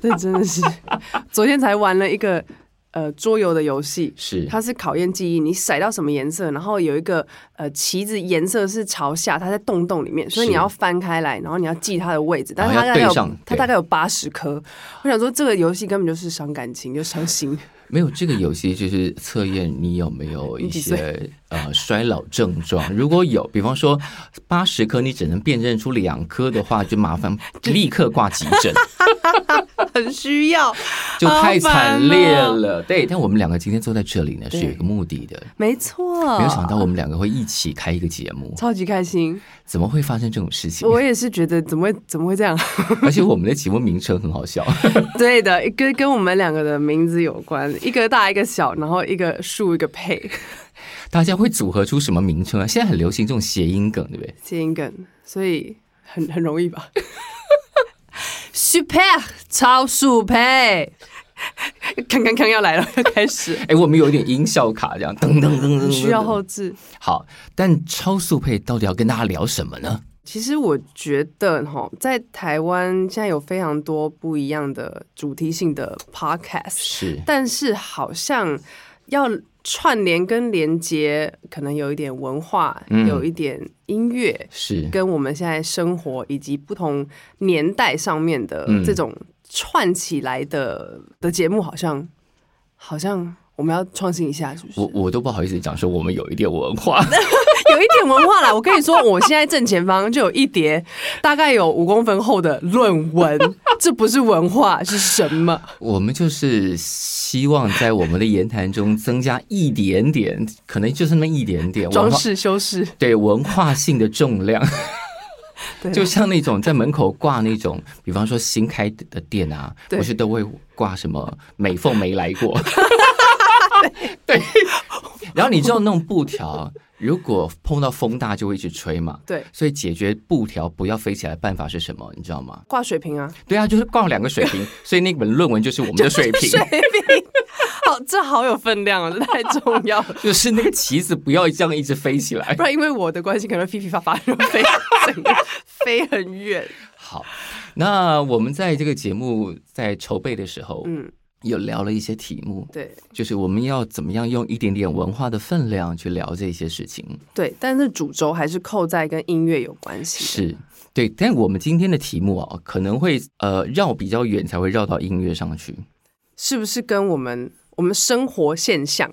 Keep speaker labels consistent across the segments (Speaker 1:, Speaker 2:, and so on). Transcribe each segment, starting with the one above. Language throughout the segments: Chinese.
Speaker 1: 那真的是，昨天才玩了一个呃桌游的游戏，
Speaker 2: 是
Speaker 1: 它是考验记忆，你甩到什么颜色，然后有一个呃旗子颜色是朝下，它在洞洞里面，所以
Speaker 2: 是
Speaker 1: 你要翻开来，然后你要记它的位置，但是它大
Speaker 2: 然后要
Speaker 1: 概
Speaker 2: 对
Speaker 1: 有
Speaker 2: 上
Speaker 1: 它
Speaker 2: 对
Speaker 1: 大概有八十颗，我想说这个游戏根本就是伤感情，就伤 心，
Speaker 2: 没有这个游戏就是测验你有没有一
Speaker 1: 你几
Speaker 2: 些呃衰老症状。 如果有，比方说八十颗你只能辨认出两颗的话，就 麻烦立刻挂急诊，
Speaker 1: 很需要，
Speaker 2: 就太惨烈
Speaker 1: 好啊
Speaker 2: 了。对，但我们两个今天坐在这里呢是有一
Speaker 1: 对哦
Speaker 2: 个目的的。
Speaker 1: 没错，
Speaker 2: 没有想到我们两个会一起开一个节目，
Speaker 1: 超级开心，
Speaker 2: 怎么会发生这种事情？
Speaker 1: 哦我也是觉得怎么会怎么会这样？
Speaker 2: 而且我们的节目名称很好笑，
Speaker 1: 对的，跟跟我们两个的名字有关，一个大一个小，然后一个竖一个配，
Speaker 2: 大家会组合出什么名称啊？现在很流行这种谐音梗，对不对？
Speaker 1: 谐音梗，所以很很容易吧。Super 超速配，康康康要来了，要 开 始，
Speaker 2: 哎，我们有点音效卡，这样噔噔噔噔噔，
Speaker 1: 需要后置。
Speaker 2: 好，但超速配到底要跟大家聊什么呢？
Speaker 1: 其实我觉得哈，在台湾现在有非常多不一样的主题性的 podcast，
Speaker 2: 是
Speaker 1: 但是好像要串联跟连接，可能有一点文化，
Speaker 2: 嗯
Speaker 1: 有一点音乐，
Speaker 2: 是，
Speaker 1: 跟我们现在生活以及不同年代上面的
Speaker 2: 嗯
Speaker 1: 这种串起来的、的节目，好像好像我们要创新一下，是不是
Speaker 2: 我？我都不好意思讲说我们有一点文化，
Speaker 1: 有一点文化啦，我跟你说，我现在正前方就有一叠大概有五公分厚的论 文，这不是文化是什么？
Speaker 2: 我们就是希望在我们的言谈中增加一点点，可能就是那么一点点
Speaker 1: 装
Speaker 2: 文化。
Speaker 1: 饰修饰，
Speaker 2: 对文化性的重量，
Speaker 1: 对
Speaker 2: 就像那种在门口挂那种，比方说新开的店啊，
Speaker 1: 对
Speaker 2: 不是都会挂什么“美凤没来 过”，对。然后你知道那种布条，如果碰到风大就会一直吹嘛，
Speaker 1: 对，
Speaker 2: 所以解决布条不要飞起来的办法是什么？你知道吗？
Speaker 1: 挂水瓶啊，
Speaker 2: 对啊，就是挂两个水 瓶，所以那本论文就是我们的水 瓶，
Speaker 1: 水瓶，好，这好有分量哦，这太重要 了。
Speaker 2: 就是那个旗子不要这样一直飞起来
Speaker 1: 不。然因为我的关系，可能噼噼啪啪就 飞整个飞很远。
Speaker 2: 好，那我们在这个节目在筹备的时候，
Speaker 1: 嗯，
Speaker 2: 有聊了一些题目，
Speaker 1: 对
Speaker 2: 就是我们要怎么样用一点点文化的分量去聊这些事情。
Speaker 1: 对，但是主轴还是扣在跟音乐有关系的。
Speaker 2: 是对，但我们今天的题目啊，可能会呃绕比较远，才会绕到音乐上去。
Speaker 1: 是不是跟我们我们生活现象？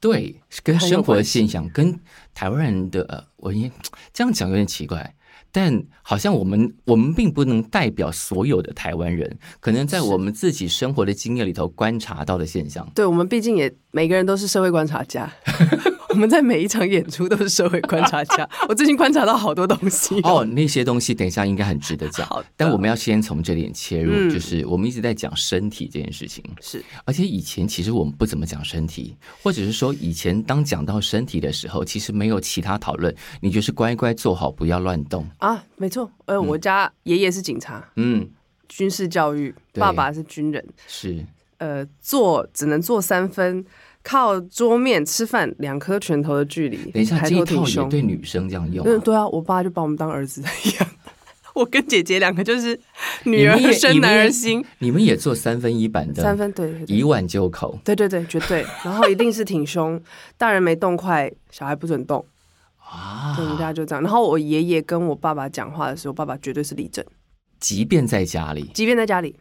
Speaker 2: 对，跟
Speaker 1: 很有
Speaker 2: 生活的
Speaker 1: 关系
Speaker 2: 现象，跟台湾人的，呃我也这样讲有点奇怪，但好像我们我们并不能代表所有的台湾人，可能在我们自己生活的经验里头观察到的现象。
Speaker 1: 对我们毕竟也每个人都是社会观察 家，我们在每一场演出都是社会观察家。 我最近观察到好多东西哦
Speaker 2: 哦，那些东西等一下应该很值得讲
Speaker 1: 好的，
Speaker 2: 但我们要先从这点切入，
Speaker 1: 嗯
Speaker 2: 就是我们一直在讲身体这件事情，
Speaker 1: 是
Speaker 2: 而且以前其实我们不怎么讲身体，或者是说以前当讲到身体的时候，其实没有其他讨论，你就是乖乖坐好，不要乱动。
Speaker 1: 啊，没错。呃，我家爷爷是警察，
Speaker 2: 嗯，
Speaker 1: 军事教育，
Speaker 2: 对
Speaker 1: 爸爸是军人，
Speaker 2: 是
Speaker 1: 呃，坐只能坐三分，靠桌面吃饭两颗拳头的距离，
Speaker 2: 等一下，
Speaker 1: 抬
Speaker 2: 这一
Speaker 1: 头挺
Speaker 2: 套也
Speaker 1: 胸。
Speaker 2: 对女生这样用、
Speaker 1: 嗯，
Speaker 2: 啊。
Speaker 1: 对啊，我爸就把我们当儿子一样。 我跟姐姐两个就是女
Speaker 2: 你
Speaker 1: 儿
Speaker 2: 们也嗯
Speaker 1: 生男儿心，，
Speaker 2: 你们也你们也做三分一板的，
Speaker 1: 三分对对对
Speaker 2: 以碗就口
Speaker 1: 对对对，绝对。然后一定是挺胸，大人没动快，小孩不准动，对，我们
Speaker 2: 啊！
Speaker 1: 家就这样。然后我爷爷跟我爸爸讲话的时候，爸爸绝对是立正，
Speaker 2: 即便在家里，
Speaker 1: 即便在家里，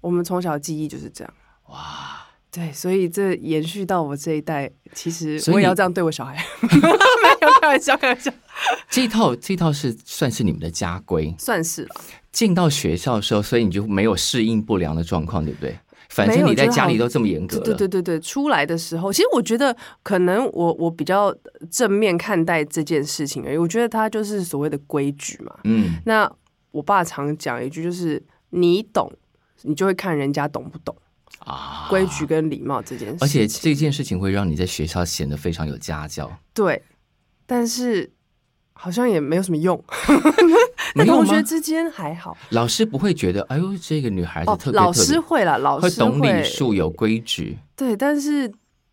Speaker 1: 我们从小记忆就是这样。
Speaker 2: 哇，
Speaker 1: 对，所以这延续到我这一代，其实
Speaker 2: 所以
Speaker 1: 我也
Speaker 2: 你
Speaker 1: 要这样对我小孩。 没有开玩笑，开玩笑，
Speaker 2: 这一套这一套是算是你们的家规。
Speaker 1: 算是了。
Speaker 2: 进到学校的时候，所以你就没有适应不良的状况，对不对？反
Speaker 1: 没
Speaker 2: 正
Speaker 1: 有
Speaker 2: 你在
Speaker 1: 就好
Speaker 2: 家里都这么严格
Speaker 1: 对
Speaker 2: 了，
Speaker 1: 对对对对，出来的时候，其实我觉得可能我我比较正面看待这件事情而已。我觉得它就是所谓的规矩嘛。
Speaker 2: 嗯，
Speaker 1: 那我爸常讲一句，就是你懂，你就会看人家懂不懂
Speaker 2: 啊，
Speaker 1: 规矩跟礼貌这件事。
Speaker 2: 而且这件事情会让你在学校显得非常有家教，
Speaker 1: 对，但是好像也没有什么用。
Speaker 2: 没
Speaker 1: 那
Speaker 2: 有
Speaker 1: 同
Speaker 2: 吗
Speaker 1: 学？之间还好
Speaker 2: 老师不会觉得，哎呦，这个女孩子
Speaker 1: 哦
Speaker 2: 特别特，别
Speaker 1: 老师会啦，老
Speaker 2: 会
Speaker 1: 师
Speaker 2: 懂礼数，有规矩，
Speaker 1: 对，但是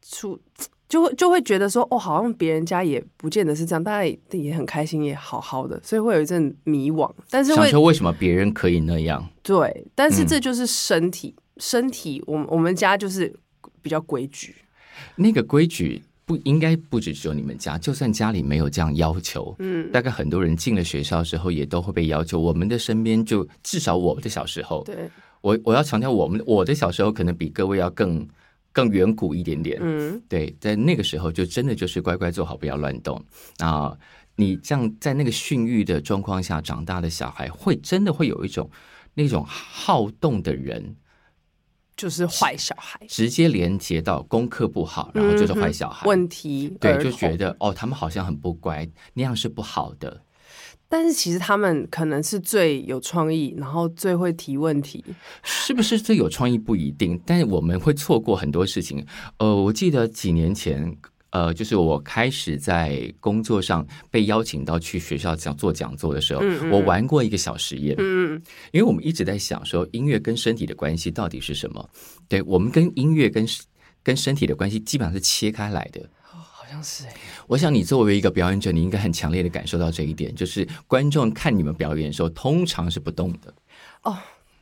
Speaker 1: 出就会就会觉得说，哦，好像别人家也不见得是这样，大家也也很开心，也好好的，所以会有一阵迷惘，但是
Speaker 2: 想
Speaker 1: 会
Speaker 2: 说为什么别人可以那样？
Speaker 1: 对，但是
Speaker 2: 嗯
Speaker 1: 这就是身体，身体，我们我们家就是比较规矩，
Speaker 2: 那个规矩不应该不只只有你们家，就算家里没有这样要求，
Speaker 1: 嗯，
Speaker 2: 大概很多人进了学校之后也都会被要求。我们的身边就至少我的小时候，
Speaker 1: 对，
Speaker 2: 我我要强调我们我的小时候可能比各位要更更远古一点点。
Speaker 1: 嗯，
Speaker 2: 对，在那个时候就真的就是乖乖坐好，不要乱动啊。你这样在那个训育的状况下长大的小孩，会真的会有一种那种好动的人，
Speaker 1: 就是坏小孩，
Speaker 2: 直接连接到功课不好，然后就是坏小孩。
Speaker 1: 问题儿
Speaker 2: 对，
Speaker 1: 童，
Speaker 2: 就觉得哦，他们好像很不乖，那样是不好的。
Speaker 1: 但是其实他们可能是最有创意，然后最会提问题，
Speaker 2: 是不是最有创意不一定，但是我们会错过很多事情。呃，我记得几年前，呃，就是我开始在工作上被邀请到去学校讲做讲座的时候，我玩过一个小实验，
Speaker 1: 嗯，
Speaker 2: 因为我们一直在想说音乐跟身体的关系到底是什么？对我们跟音乐跟跟身体的关系基本上是切开来的。
Speaker 1: 好像是哎、
Speaker 2: 我想你作为一个表演者，你应该很强烈的感受到这一点，就是观众看你们表演的时候，通常是不动的。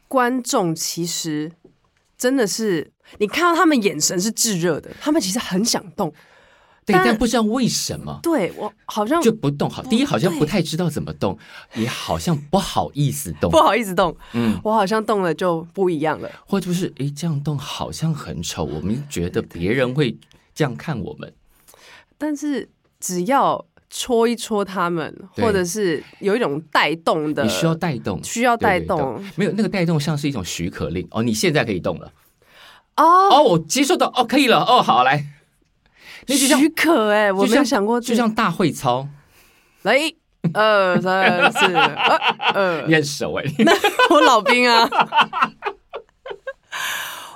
Speaker 1: 观众其实真的是，你看到他们眼神是炙热的，他们其实很想动。
Speaker 2: 对，
Speaker 1: 但嗯
Speaker 2: 但不知道为什么。
Speaker 1: 对我好像
Speaker 2: 就不动好，第一好像
Speaker 1: 对
Speaker 2: 不太知道怎么动，也好像不好意思动
Speaker 1: 不，好意思动，
Speaker 2: 嗯，
Speaker 1: 我好像动了就不一样了。
Speaker 2: 或者是诶这样动好像很丑，我们觉得别人会这样看我们，
Speaker 1: 但是只要戳一戳他们，
Speaker 2: 对
Speaker 1: 或者是有一种带动的，
Speaker 2: 你需要带动，
Speaker 1: 需要带动
Speaker 2: 对，对对没有那个带动像是一种许可令哦，你现在可以动了，
Speaker 1: 哦，
Speaker 2: 哦，我接受到，哦，可以了，哦，好来，那就像
Speaker 1: 许可哎、我没
Speaker 2: 就像
Speaker 1: 有想过这
Speaker 2: 就像大会操，
Speaker 1: 来一 二三四，呃呃，
Speaker 2: 你很熟哎，
Speaker 1: 我老兵啊。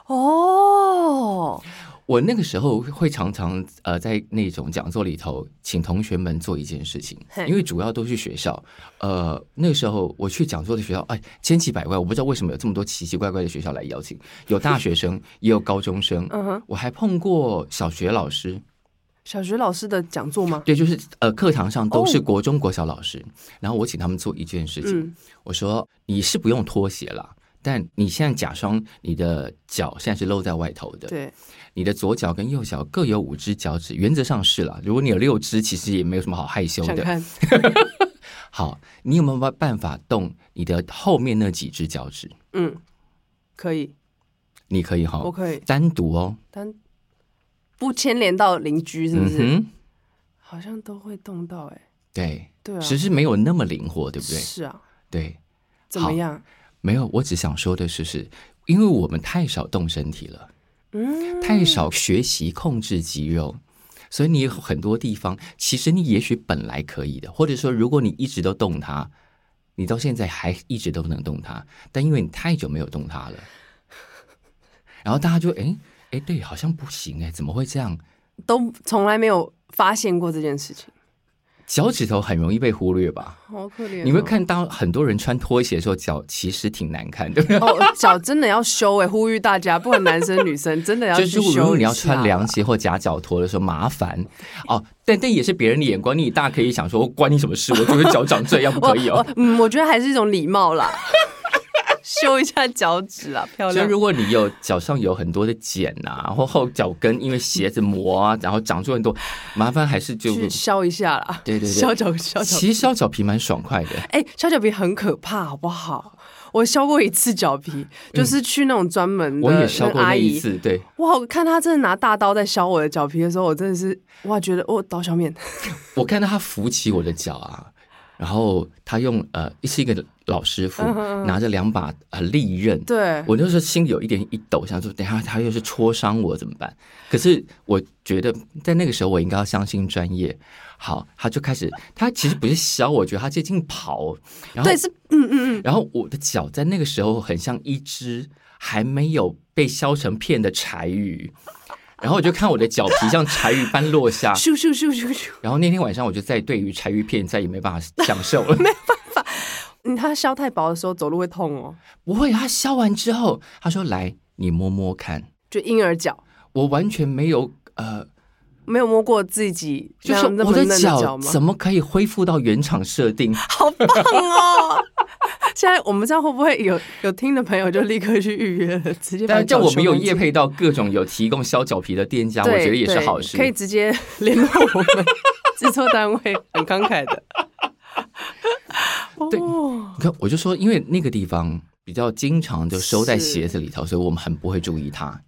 Speaker 1: 哦，
Speaker 2: 我那个时候会常常呃，在那种讲座里头，请同学们做一件事情
Speaker 1: 嘿，
Speaker 2: 因为主要都是学校。呃，那个时候我去讲座的学校，哎，千奇百怪，我不知道为什么有这么多奇奇怪怪的学校来邀请，有大学生，也有高中生，
Speaker 1: 嗯哼，
Speaker 2: 我还碰过小学老师，
Speaker 1: 小学老师的讲座吗？
Speaker 2: 对，就是呃，课堂上都是
Speaker 1: 哦
Speaker 2: 国中国小老师，然后我请他们做一件事情，
Speaker 1: 嗯，
Speaker 2: 我说你是不用脱鞋啦，但你现在假装你的脚现在是露在外头的，
Speaker 1: 对，
Speaker 2: 你的左脚跟右脚各有五只脚趾，原则上是啦。如果你有六只，其实也没有什么好害羞
Speaker 1: 想
Speaker 2: 的。
Speaker 1: 看
Speaker 2: 好，你有没有办法动你的后面那几只脚趾？
Speaker 1: 嗯，可以，
Speaker 2: 你可以
Speaker 1: 我
Speaker 2: 哈，
Speaker 1: 可以，
Speaker 2: 单独哦。
Speaker 1: 但不牵连到邻居是不是？
Speaker 2: 嗯哼，
Speaker 1: 好像都会动到哎、
Speaker 2: 对，
Speaker 1: 对啊，
Speaker 2: 只是没有那么灵活，对不对？
Speaker 1: 是啊，
Speaker 2: 对，
Speaker 1: 怎么样？
Speaker 2: 没有。我只想说的是，是因为我们太少动身体了，
Speaker 1: 嗯，
Speaker 2: 太少学习控制肌肉。所以你有很多地方，其实你也许本来可以的，或者说，如果你一直都动它，你到现在还一直都能动它，但因为你太久没有动它了，然后大家就哎哎，对，好像不行哎，怎么会这样？
Speaker 1: 都从来没有发现过这件事情，
Speaker 2: 脚趾头很容易被忽略吧？
Speaker 1: 好可怜哦、
Speaker 2: 你会看到很多人穿拖鞋的时候，脚其实挺难看的。
Speaker 1: 哦，脚真的要修哎、呼吁大家，不管男生女生，真的要
Speaker 2: 就
Speaker 1: 去
Speaker 2: 是
Speaker 1: 修
Speaker 2: 如果你要
Speaker 1: 一下
Speaker 2: 穿凉鞋或夹脚拖的时候，麻烦哦。但但也是别人的眼光，你大可以想说，关你什么事？我觉得脚长这样不可以哦
Speaker 1: 我。嗯，我觉得还是一种礼貌啦， 修一下脚趾啊，漂
Speaker 2: 所以
Speaker 1: 亮。
Speaker 2: 如果你有脚上有很多的茧啊，或后脚跟因为鞋子磨啊，然后长出很多，麻烦还是就
Speaker 1: 去削一下啦，
Speaker 2: 嗯对对对
Speaker 1: 削脚削脚，
Speaker 2: 其实削脚皮蛮爽快的。
Speaker 1: 哎、削脚皮很可怕，好不好？我削过一次脚皮，就是去那种专门的
Speaker 2: 嗯我也削过
Speaker 1: 那
Speaker 2: 那
Speaker 1: 阿
Speaker 2: 一
Speaker 1: 姨，
Speaker 2: 次，对
Speaker 1: 哇！我看她真的拿大刀在削我的脚皮的时候，我真的是哇，觉得哦，刀削面，
Speaker 2: 我看到他扶起我的脚啊，然后他用呃是一个老师傅
Speaker 1: 嗯嗯嗯
Speaker 2: 拿着两把呃利刃，
Speaker 1: 对，
Speaker 2: 我那时候心里有一点一抖，想说等一下他又是戳伤我怎么办？可是我觉得在那个时候我应该要相信专业。好，他就开始，他其实不是削，我觉得他接近 刨，然后
Speaker 1: 对，是嗯嗯嗯，，
Speaker 2: 然后我的脚在那个时候很像一只还没有被削成片的柴鱼，然后我就看我的脚皮像柴鱼般落 下
Speaker 1: 咻咻咻咻咻，
Speaker 2: 然后那天晚上我就再对于柴鱼片再也没办法享受 了。
Speaker 1: 嗯，她削太薄的时候走路会痛哦，
Speaker 2: 不会，他削完之后，他说：“来，你摸摸看。
Speaker 1: 就婴儿脚。”
Speaker 2: 我完全没有呃
Speaker 1: 没有摸过自己
Speaker 2: 就
Speaker 1: 那
Speaker 2: 是
Speaker 1: 样那
Speaker 2: 我
Speaker 1: 么
Speaker 2: 的
Speaker 1: 嫩的
Speaker 2: 脚
Speaker 1: 吗？
Speaker 2: 怎么可以恢复到原厂设定？
Speaker 1: 好棒哦！ 现在我们这样会不会有有听的朋友就立刻去预约了，直接把
Speaker 2: 但是叫
Speaker 1: 脚
Speaker 2: 我
Speaker 1: 修
Speaker 2: 们有
Speaker 1: 干净
Speaker 2: 业配到各种有提供削脚皮的店家，我
Speaker 1: 对
Speaker 2: 觉得也是
Speaker 1: 对
Speaker 2: 好事。
Speaker 1: 可以直接 联络我们制作单位，很慷慨的。
Speaker 2: 对
Speaker 1: 哦，
Speaker 2: 你看，我就说，因为那个地方比较经常就收在鞋子里头，所以我们很不会注意它。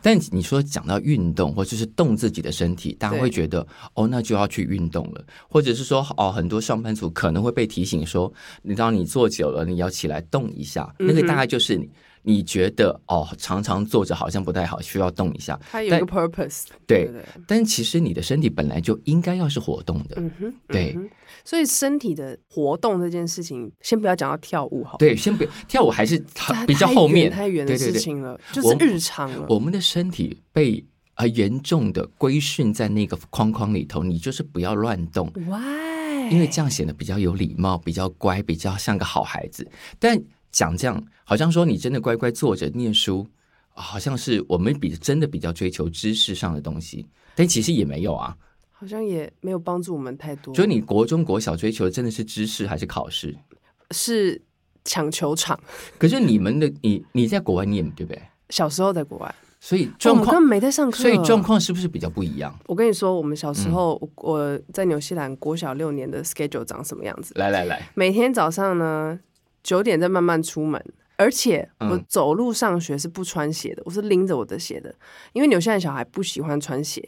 Speaker 2: 但你说讲到运动，或者是动自己的身体，大家
Speaker 1: 对
Speaker 2: 会觉得哦，那就要去运动了，或者是说哦，很多上班族可能会被提醒说，你当你坐久了，你要起来动一下。那个
Speaker 1: 嗯哼
Speaker 2: 大概就是你你觉得哦，常常坐着好像不太好，需要动一下。
Speaker 1: 它有一
Speaker 2: 但
Speaker 1: 个 purpose，
Speaker 2: 对
Speaker 1: 不对，
Speaker 2: 但其实你的身体本来就应该要是活动的，
Speaker 1: 嗯哼，
Speaker 2: 对
Speaker 1: 嗯哼。所以身体的活动这件事情，先不要讲到跳舞好了，
Speaker 2: 对，先不跳舞还是
Speaker 1: 它
Speaker 2: 比较
Speaker 1: 太
Speaker 2: 后
Speaker 1: 远
Speaker 2: 面，
Speaker 1: 太远的
Speaker 2: 对对
Speaker 1: 事
Speaker 2: 对。
Speaker 1: 情了，
Speaker 2: 我
Speaker 1: 就是日常了。
Speaker 2: 我们的身体被呃严重的规训在那个框框里头，你就是不要乱动，
Speaker 1: Why？
Speaker 2: 因为这样显得比较有礼貌、比较乖、比较像个好孩子。但讲这样，好像说你真的乖乖坐着念书，好像是我们比真的比较追求知识上的东西，但其实也没有啊。
Speaker 1: 好像也没有帮助我们太多，
Speaker 2: 就你国中、国小追求的真的是知识还是考试？
Speaker 1: 是抢球场。
Speaker 2: 可是你们的你你在国外念对不对？
Speaker 1: 小时候在国外，
Speaker 2: 所以
Speaker 1: 哦我
Speaker 2: 状
Speaker 1: 们根
Speaker 2: 况，
Speaker 1: 本没在上课，
Speaker 2: 所以状。况嗯是不是比较不一样？
Speaker 1: 我跟你说，我们小时候，我我在纽西兰国小六年的 schedule 长什么样子？
Speaker 2: 来来来，
Speaker 1: 每天早上呢，九点再慢慢出门，而且我
Speaker 2: 嗯
Speaker 1: 走路上学是不穿鞋的，我是拎着我的鞋的，因为纽西兰小孩不喜欢穿鞋，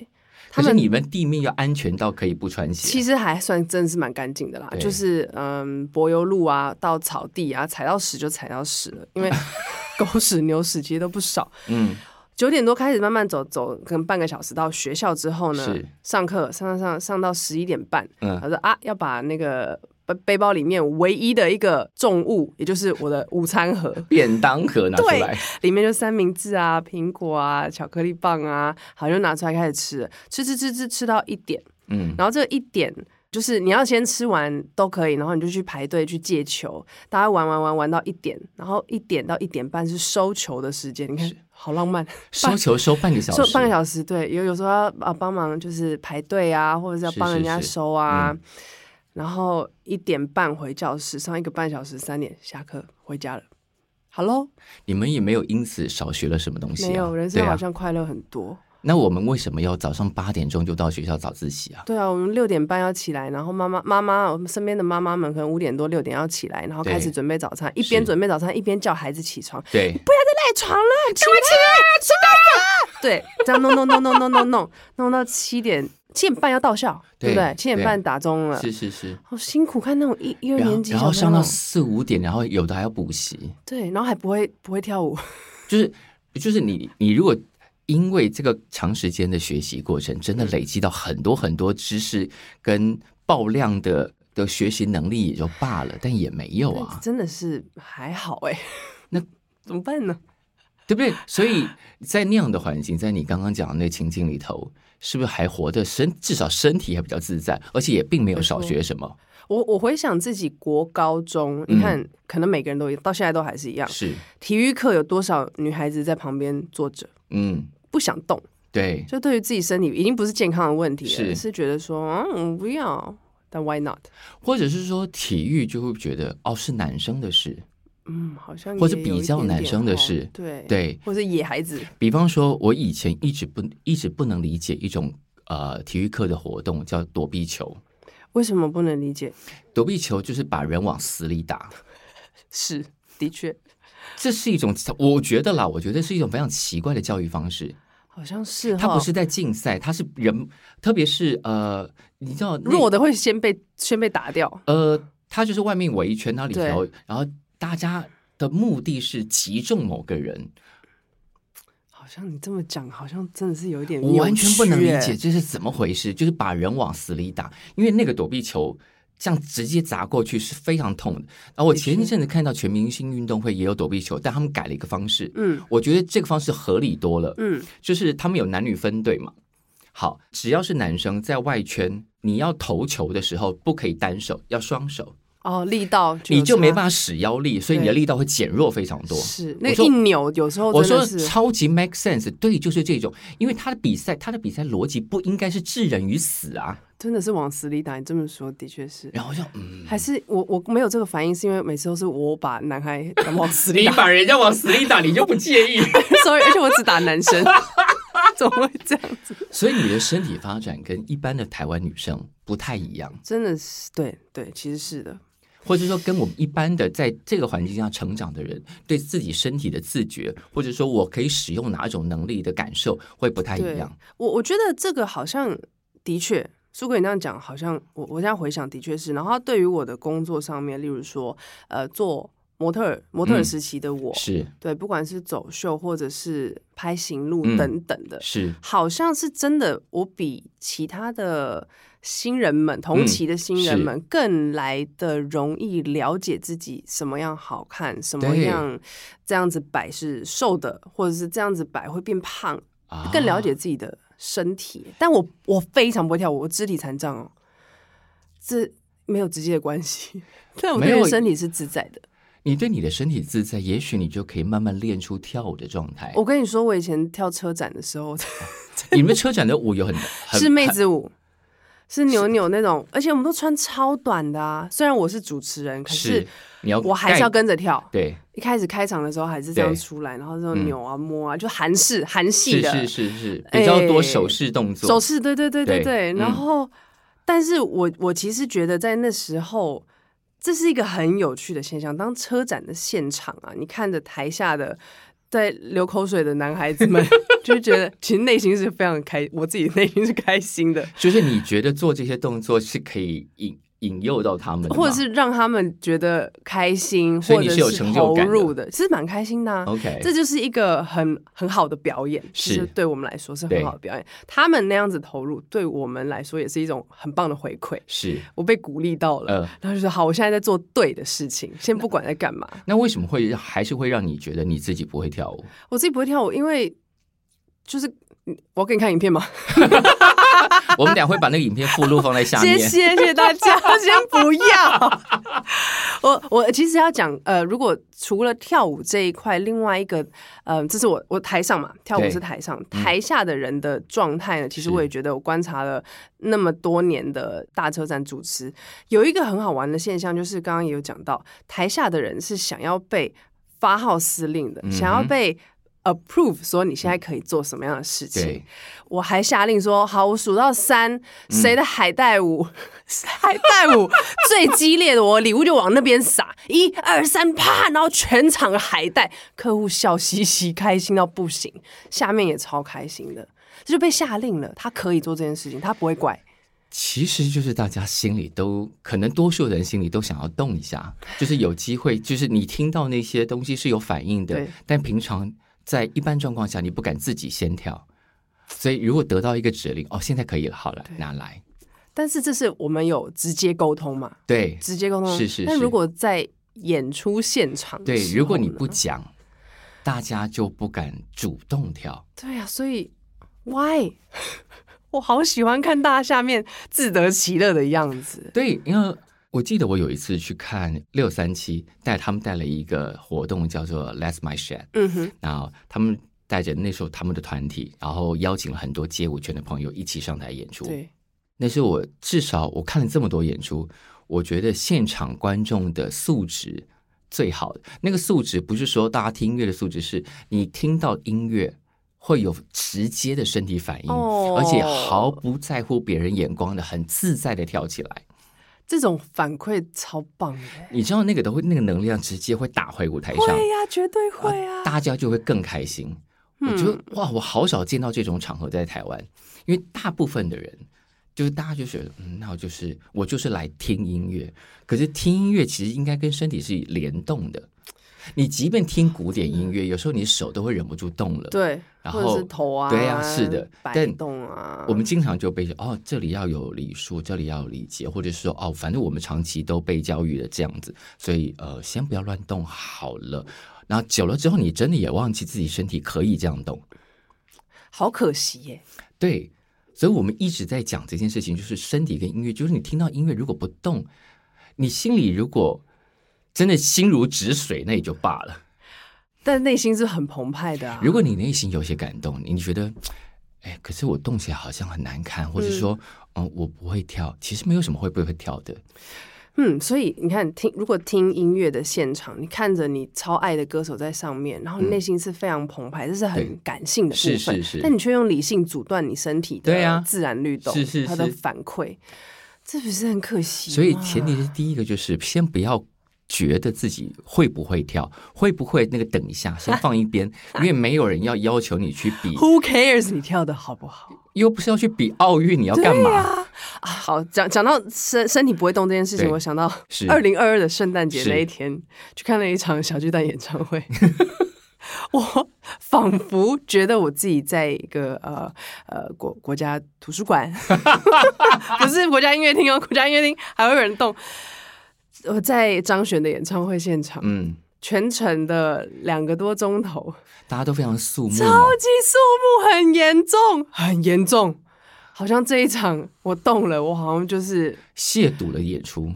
Speaker 1: 他
Speaker 2: 可是
Speaker 1: 们
Speaker 2: 你们地面要安全到可以不穿鞋。
Speaker 1: 其实还算真的是蛮干净的啦，
Speaker 2: 对
Speaker 1: 就是嗯，柏油路啊，到草地啊，踩到屎就踩到屎了， 因为狗屎牛屎其实都不少。
Speaker 2: 嗯，
Speaker 1: 九点多开始慢慢走，走可能半个小时到学校之后呢
Speaker 2: 是，
Speaker 1: 上课上上上上到十一点半，
Speaker 2: 嗯
Speaker 1: 他说啊，要把那个背背包里面唯一的一个重物，也就是我的午餐盒，
Speaker 2: 便当盒拿出来，
Speaker 1: 里面就三明治啊、苹果啊、巧克力棒啊，好就拿出来开始吃了，吃吃吃吃吃到一点，
Speaker 2: 嗯，
Speaker 1: 然后这一点就是你要先吃完都可以，然后你就去排队去借球，大家玩玩玩玩到一点，然后一点到一点半是收球的时间，你看好浪漫，
Speaker 2: 收球收半个小时，
Speaker 1: 收半个小时，对，有有时候要啊帮忙就是排队啊，或者是要
Speaker 2: 是
Speaker 1: 帮人
Speaker 2: 是
Speaker 1: 家
Speaker 2: 是
Speaker 1: 收啊。然后一点半回教室，上一个半小时，三点下课回家了。好喽，
Speaker 2: 你们也没有因此少学了什么东西、啊，
Speaker 1: 没有人
Speaker 2: 对
Speaker 1: 生好
Speaker 2: 啊。
Speaker 1: 像快乐很多。
Speaker 2: 那我们为什么要早上八点钟就到学校早自习啊？
Speaker 1: 对啊，我们六点半要起来，然后妈妈妈妈，我们身边的妈妈们可能五点多六点要起来，然后开始
Speaker 2: 对
Speaker 1: 准备早餐，一边
Speaker 2: 是
Speaker 1: 准备早餐一边叫孩子起床，
Speaker 2: 对，
Speaker 1: 赖床了，起来起来，对，这样弄弄弄弄弄弄弄弄到七点七点半要到校，对
Speaker 2: 对
Speaker 1: 不对？七点
Speaker 2: 对
Speaker 1: 半打钟了，
Speaker 2: 是是是。
Speaker 1: 好辛苦，看那种一一二
Speaker 2: 然
Speaker 1: 年
Speaker 2: 后
Speaker 1: 级
Speaker 2: 然
Speaker 1: 小
Speaker 2: 后上
Speaker 1: 朋友
Speaker 2: 到，四五点，然后有的还要补习，
Speaker 1: 对，然后还不会不会跳舞，
Speaker 2: 就是就是你你如果。因为这个长时间的学习过程，真的累积到很多很多知识跟爆量的的学习能力也就罢了，但也没有啊。
Speaker 1: 真的是还好哎、
Speaker 2: 那
Speaker 1: 怎么办呢？
Speaker 2: 对不对？所以在那样的环境，在你刚刚讲的那个情境里头，是不是还活得身，至少身体还比较自在，而且也并没有少学什么？
Speaker 1: 我我回想自己国高中，
Speaker 2: 嗯
Speaker 1: 你看，可能每个人都一到现在都还是一样，
Speaker 2: 是，
Speaker 1: 体育课有多少女孩子在旁边坐着
Speaker 2: 嗯，
Speaker 1: 不想动，
Speaker 2: 对，
Speaker 1: 就对于自己身体已经不是健康的问题了，
Speaker 2: 是
Speaker 1: 是觉得说，嗯，我不要，但 why not？
Speaker 2: 或者是说体育就会觉得哦是男生的事，
Speaker 1: 嗯，好像
Speaker 2: 或是
Speaker 1: 也有
Speaker 2: 比
Speaker 1: 一
Speaker 2: 较
Speaker 1: 点
Speaker 2: 男
Speaker 1: 点
Speaker 2: 生的
Speaker 1: 哦
Speaker 2: 事
Speaker 1: 对，
Speaker 2: 对
Speaker 1: 或是野孩子，
Speaker 2: 比方说，我以前一直不一直不能理解一种呃体育课的活动叫躲避球，
Speaker 1: 为什么不能理解？
Speaker 2: 躲避球就是把人往死里打，
Speaker 1: 是，的确，
Speaker 2: 这是一种我觉得啦，我觉得是一种非常奇怪的教育方式。
Speaker 1: 好像是
Speaker 2: 它不
Speaker 1: 哈
Speaker 2: 是在竞赛，它是人，特别是呃，你知道那
Speaker 1: 弱的会先被先被打掉，
Speaker 2: 呃，它就是外面围一圈，它里
Speaker 1: 对
Speaker 2: 头，然后大家的目的是击中某个人，
Speaker 1: 好像你这么讲，好像真的是有一点
Speaker 2: 我完全不能理
Speaker 1: 扭曲
Speaker 2: 解
Speaker 1: 欸。
Speaker 2: 这是怎么回事，就是把人往死里打，因为那个躲避球。这样直接砸过去是非常痛的。然后我
Speaker 1: 的
Speaker 2: 前
Speaker 1: 确
Speaker 2: 一阵子看到全明星运动会也有躲避球，但他们改了一个方式，
Speaker 1: 嗯
Speaker 2: 我觉得这个方式合理多了。
Speaker 1: 嗯，
Speaker 2: 就是他们有男女分队嘛。好，只要是男生在外圈，你要投球的时候不可以单手，要双手。
Speaker 1: 哦，力道有
Speaker 2: 你就没
Speaker 1: 差
Speaker 2: 办法使腰力，所以你的
Speaker 1: 对
Speaker 2: 力道会减弱非常多。
Speaker 1: 是那
Speaker 2: 我
Speaker 1: 个
Speaker 2: 说
Speaker 1: 一扭，有时候
Speaker 2: 我
Speaker 1: 哦真
Speaker 2: 说
Speaker 1: 的是
Speaker 2: 超级 make sense，对，就是这种，因为他的比赛，他的比赛逻辑不应该是置人于死啊。
Speaker 1: 真的是往死里打。你这么说的确是，
Speaker 2: 然后我就嗯，
Speaker 1: 还是我我没有这个反应，是因为每次都是我把男 孩 往死里
Speaker 2: 你
Speaker 1: 打
Speaker 2: 把人家往死里打，你就不介意。
Speaker 1: ，sorry，而且我只打男生， 怎么会这样子？
Speaker 2: 所以你的身体发展跟一般的台湾女生不太一样，
Speaker 1: 真的是对对，其实是的，
Speaker 2: 或者说跟我们一般的在这个环境下成长的人对自己身体的自觉，或者说我可以使用哪种能力的感受会不太
Speaker 1: 对
Speaker 2: 一样。
Speaker 1: 我我觉得这个好像的确，苏哥你那样讲，好像我我现在回想的确是。然后对于我的工作上面，例如说呃做模特儿模特儿
Speaker 2: 嗯
Speaker 1: 时期的我，
Speaker 2: 是
Speaker 1: 对，不管是走秀或者是拍行路
Speaker 2: 嗯
Speaker 1: 等等的，
Speaker 2: 是，
Speaker 1: 好像是真的，我比其他的新人们、同
Speaker 2: 嗯
Speaker 1: 期的新人们更来的容易了解自己什么样好看，什么
Speaker 2: 对
Speaker 1: 样这样子摆是瘦的，或者是这样子摆会变胖，
Speaker 2: 啊
Speaker 1: 更了解自己的身体。但我我非常不会跳舞，我肢体残障哦，这没有直接的关系。 但我
Speaker 2: 没
Speaker 1: 对
Speaker 2: 有哎
Speaker 1: 于身体是自在的。
Speaker 2: 你对你的身体自在，也许你就可以慢慢练出跳舞的状态。
Speaker 1: 我跟你说，我以前跳车展的时候，
Speaker 2: 你们车展的舞有很很
Speaker 1: 是妹子舞，是扭扭那种，而且我们都穿超短的啊。虽然我是主持人，可
Speaker 2: 是
Speaker 1: 是
Speaker 2: 你要
Speaker 1: 我还是要
Speaker 2: 盖
Speaker 1: 跟着跳。
Speaker 2: 对
Speaker 1: 一开始开场的时候还是这样
Speaker 2: 对
Speaker 1: 出来，然后这种
Speaker 2: 嗯
Speaker 1: 扭啊摸啊，就韩式韩系
Speaker 2: 是
Speaker 1: 的
Speaker 2: 是是是比较多
Speaker 1: 哎
Speaker 2: 手势动作，
Speaker 1: 手势，对对对对
Speaker 2: 对
Speaker 1: 对。
Speaker 2: 嗯
Speaker 1: 然后，但是我我其实觉得在那时候。这是一个很有趣的现象。当车展的现场啊，你看着台下的在流口水的男孩子们， 就觉得其实内心是非常开，我自己内心是开心的。
Speaker 2: 就是你觉得做这些动作是可以引引诱到他们的吗，
Speaker 1: 或者是让他们觉得开心，
Speaker 2: 所以
Speaker 1: 或
Speaker 2: 你
Speaker 1: 者
Speaker 2: 是有成就
Speaker 1: 投
Speaker 2: 感的
Speaker 1: 入的，其实蛮开心的、啊。
Speaker 2: OK，
Speaker 1: 这就是一个很很好的表演，
Speaker 2: 是
Speaker 1: 就对我们来说是很好的表演。他们那样子投入，对我们来说也是一种很棒的回馈。
Speaker 2: 是
Speaker 1: 我被鼓励到了，
Speaker 2: 呃，
Speaker 1: 然后就说好，我现在在做对的事情，先不管在干嘛。
Speaker 2: 那为什么会让还是会让你觉得你自己不会跳舞？
Speaker 1: 我自己不会跳舞，因为就是嗯我要给你看影片嘛。
Speaker 2: 我们俩会把那个影片附录放在下
Speaker 1: 谢
Speaker 2: 面。
Speaker 1: 谢谢谢大 家，先不要。 我我其实要讲，呃，如果除了跳舞这一块，另外一个，呃，这是我我台上嘛，跳舞
Speaker 2: 对嗯
Speaker 1: 是台上，台下的人的状态呢，其实
Speaker 2: 是
Speaker 1: 我也觉得，我观察了那么多年的大车站主持，有一个很好玩的现象，就是刚刚也有讲到，台下的人是想要被发号施令的，
Speaker 2: 嗯哼嗯
Speaker 1: 想要被 approve，说你现在可以做什么样的事情
Speaker 2: 对。，
Speaker 1: 我还下令说：“好，我数到三，
Speaker 2: 嗯
Speaker 1: 谁的海带舞， 海带舞最激烈的，我礼物就往那边撒，一二三，啪！然后全场的海带，客户笑嘻嘻，开心到不行，下面也超开心的，这就被下令了。他可以做这件事情，他不会怪。
Speaker 2: 其实就是大家心里都，可能多数人心里都想要动一下，就是有机会，就是你听到那些东西是有反应的
Speaker 1: 对，
Speaker 2: 但平常在一般状况下，你不敢自己先跳。所以，如果得到一个指令，哦，现在可以了，好了，拿来。
Speaker 1: 但是这是我们有直接沟通嘛？
Speaker 2: 对
Speaker 1: 直接沟通
Speaker 2: 是是
Speaker 1: 但
Speaker 2: 是
Speaker 1: 如果在演出现场的时候
Speaker 2: 对，
Speaker 1: 呢，
Speaker 2: 如果你不讲，大家就不敢主动跳。
Speaker 1: 对呀、所以 why？我好喜欢看大家下面自得其乐的样子。
Speaker 2: 对，因为我记得我有一次去看六三七，带他们带了一个活动叫做 Let's My Shed，
Speaker 1: 嗯哼，
Speaker 2: 然后他们带着那时候他们的团体，然后邀请了很多街舞圈的朋友一起上台演出。
Speaker 1: 对，
Speaker 2: 那是我至少我看了这么多演出，我觉得现场观众的素质最好的。那个素质不是说大家听音乐的素质，是你听到音乐。会有直接的身体反应
Speaker 1: 哦
Speaker 2: 而且毫不在乎别人眼光的，很自在的跳起来。
Speaker 1: 这种反馈超棒的。
Speaker 2: 你知道那个都会那个能量直接会打回舞台上，
Speaker 1: 会呀、绝对会啊！
Speaker 2: 大家就会更开心。我觉得哇，我好少见到这种场合在台湾，因为大部分的人就是大家就觉得，嗯，那我就是我就是来听音乐。可是听音乐其实应该跟身体是联动的。你即便听古典音乐，有时候你手都会忍不住动了。，
Speaker 1: 对，
Speaker 2: 然
Speaker 1: 或
Speaker 2: 后
Speaker 1: 者是头啊，
Speaker 2: 对啊是的
Speaker 1: 摆
Speaker 2: 但
Speaker 1: 动啊，
Speaker 2: 我们经常就被说哦，这里要有礼数，这里要有礼节，或者是说哦，反正我们长期都被教育的这样子，所以呃，先不要乱动好了。然后久了之后，你真的也忘记自己身体可以这样动。
Speaker 1: 好可惜耶。
Speaker 2: 对，所以我们一直在讲这件事情，就是身体跟音乐，就是你听到音乐如果不动，你心里如果真的心如止水，那也就罢了。
Speaker 1: 但内心是很澎湃的啊。
Speaker 2: 如果你内心有些感动，你觉得，哎，可是我动起来好像很难看，或者说，嗯、我不会跳，其实没有什么会不会跳的。
Speaker 1: 嗯，所以你看，听如果听音乐的现场，你看着你超爱的歌手在上面，然后内心是非常澎湃，这是
Speaker 2: 嗯对
Speaker 1: 很感性的部分。
Speaker 2: 是是是
Speaker 1: 但你却用理性阻断你身体
Speaker 2: 对啊
Speaker 1: 的自然律动，
Speaker 2: 是是
Speaker 1: 它的
Speaker 2: 是
Speaker 1: 反馈，这不是很可惜吗？
Speaker 2: 所以前提是第一个就是先不要觉得自己会不会跳，会不会那个等一下先放一 边，因为没有人要要求你去比，
Speaker 1: Who cares 你跳的好不好？
Speaker 2: 又不是要去比奥运，你要干嘛？
Speaker 1: 啊，好，讲讲到身身体不会动这件事情，
Speaker 2: 对
Speaker 1: 我想到
Speaker 2: 是
Speaker 1: 二零二二的圣诞节
Speaker 2: 是
Speaker 1: 那一天，去看了一场小巨蛋演唱会。 我仿佛觉得我自己在一个呃呃国国家图书馆， 不是国家音乐厅哦，国家音乐厅还会有人动。我在张悬的演唱会现场，
Speaker 2: 嗯，
Speaker 1: 全程的两个多钟头，
Speaker 2: 大家都非常肃穆嘛，
Speaker 1: 超级肃穆，很严重，很严重。好像这一场我动了，我好像就是
Speaker 2: 亵渎了演出。